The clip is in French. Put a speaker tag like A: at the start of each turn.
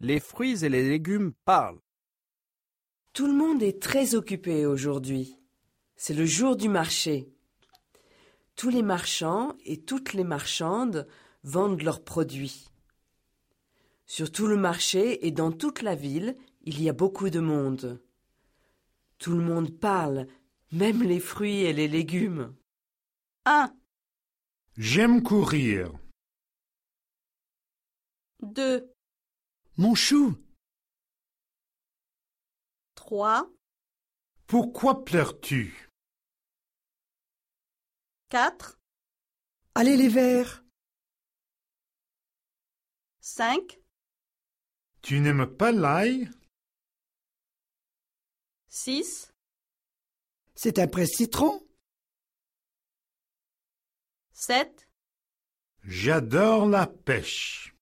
A: Les fruits et les légumes parlent.
B: Tout le monde est très occupé aujourd'hui. C'est le jour du marché. Tous les marchands et toutes les marchandes vendent leurs produits. Sur tout le marché et dans toute la ville, il y a beaucoup de monde. Tout le monde parle, même les fruits et les légumes.
C: 1,
D: J'aime courir.
C: 2,
D: Mon chou.
C: 3,
D: Pourquoi pleures-tu
C: 4,
E: Allez les verts.
C: 5,
D: Tu n'aimes pas l'ail
C: 6,
E: C'est un presse-citron.
C: 7,
D: J'adore la pêche.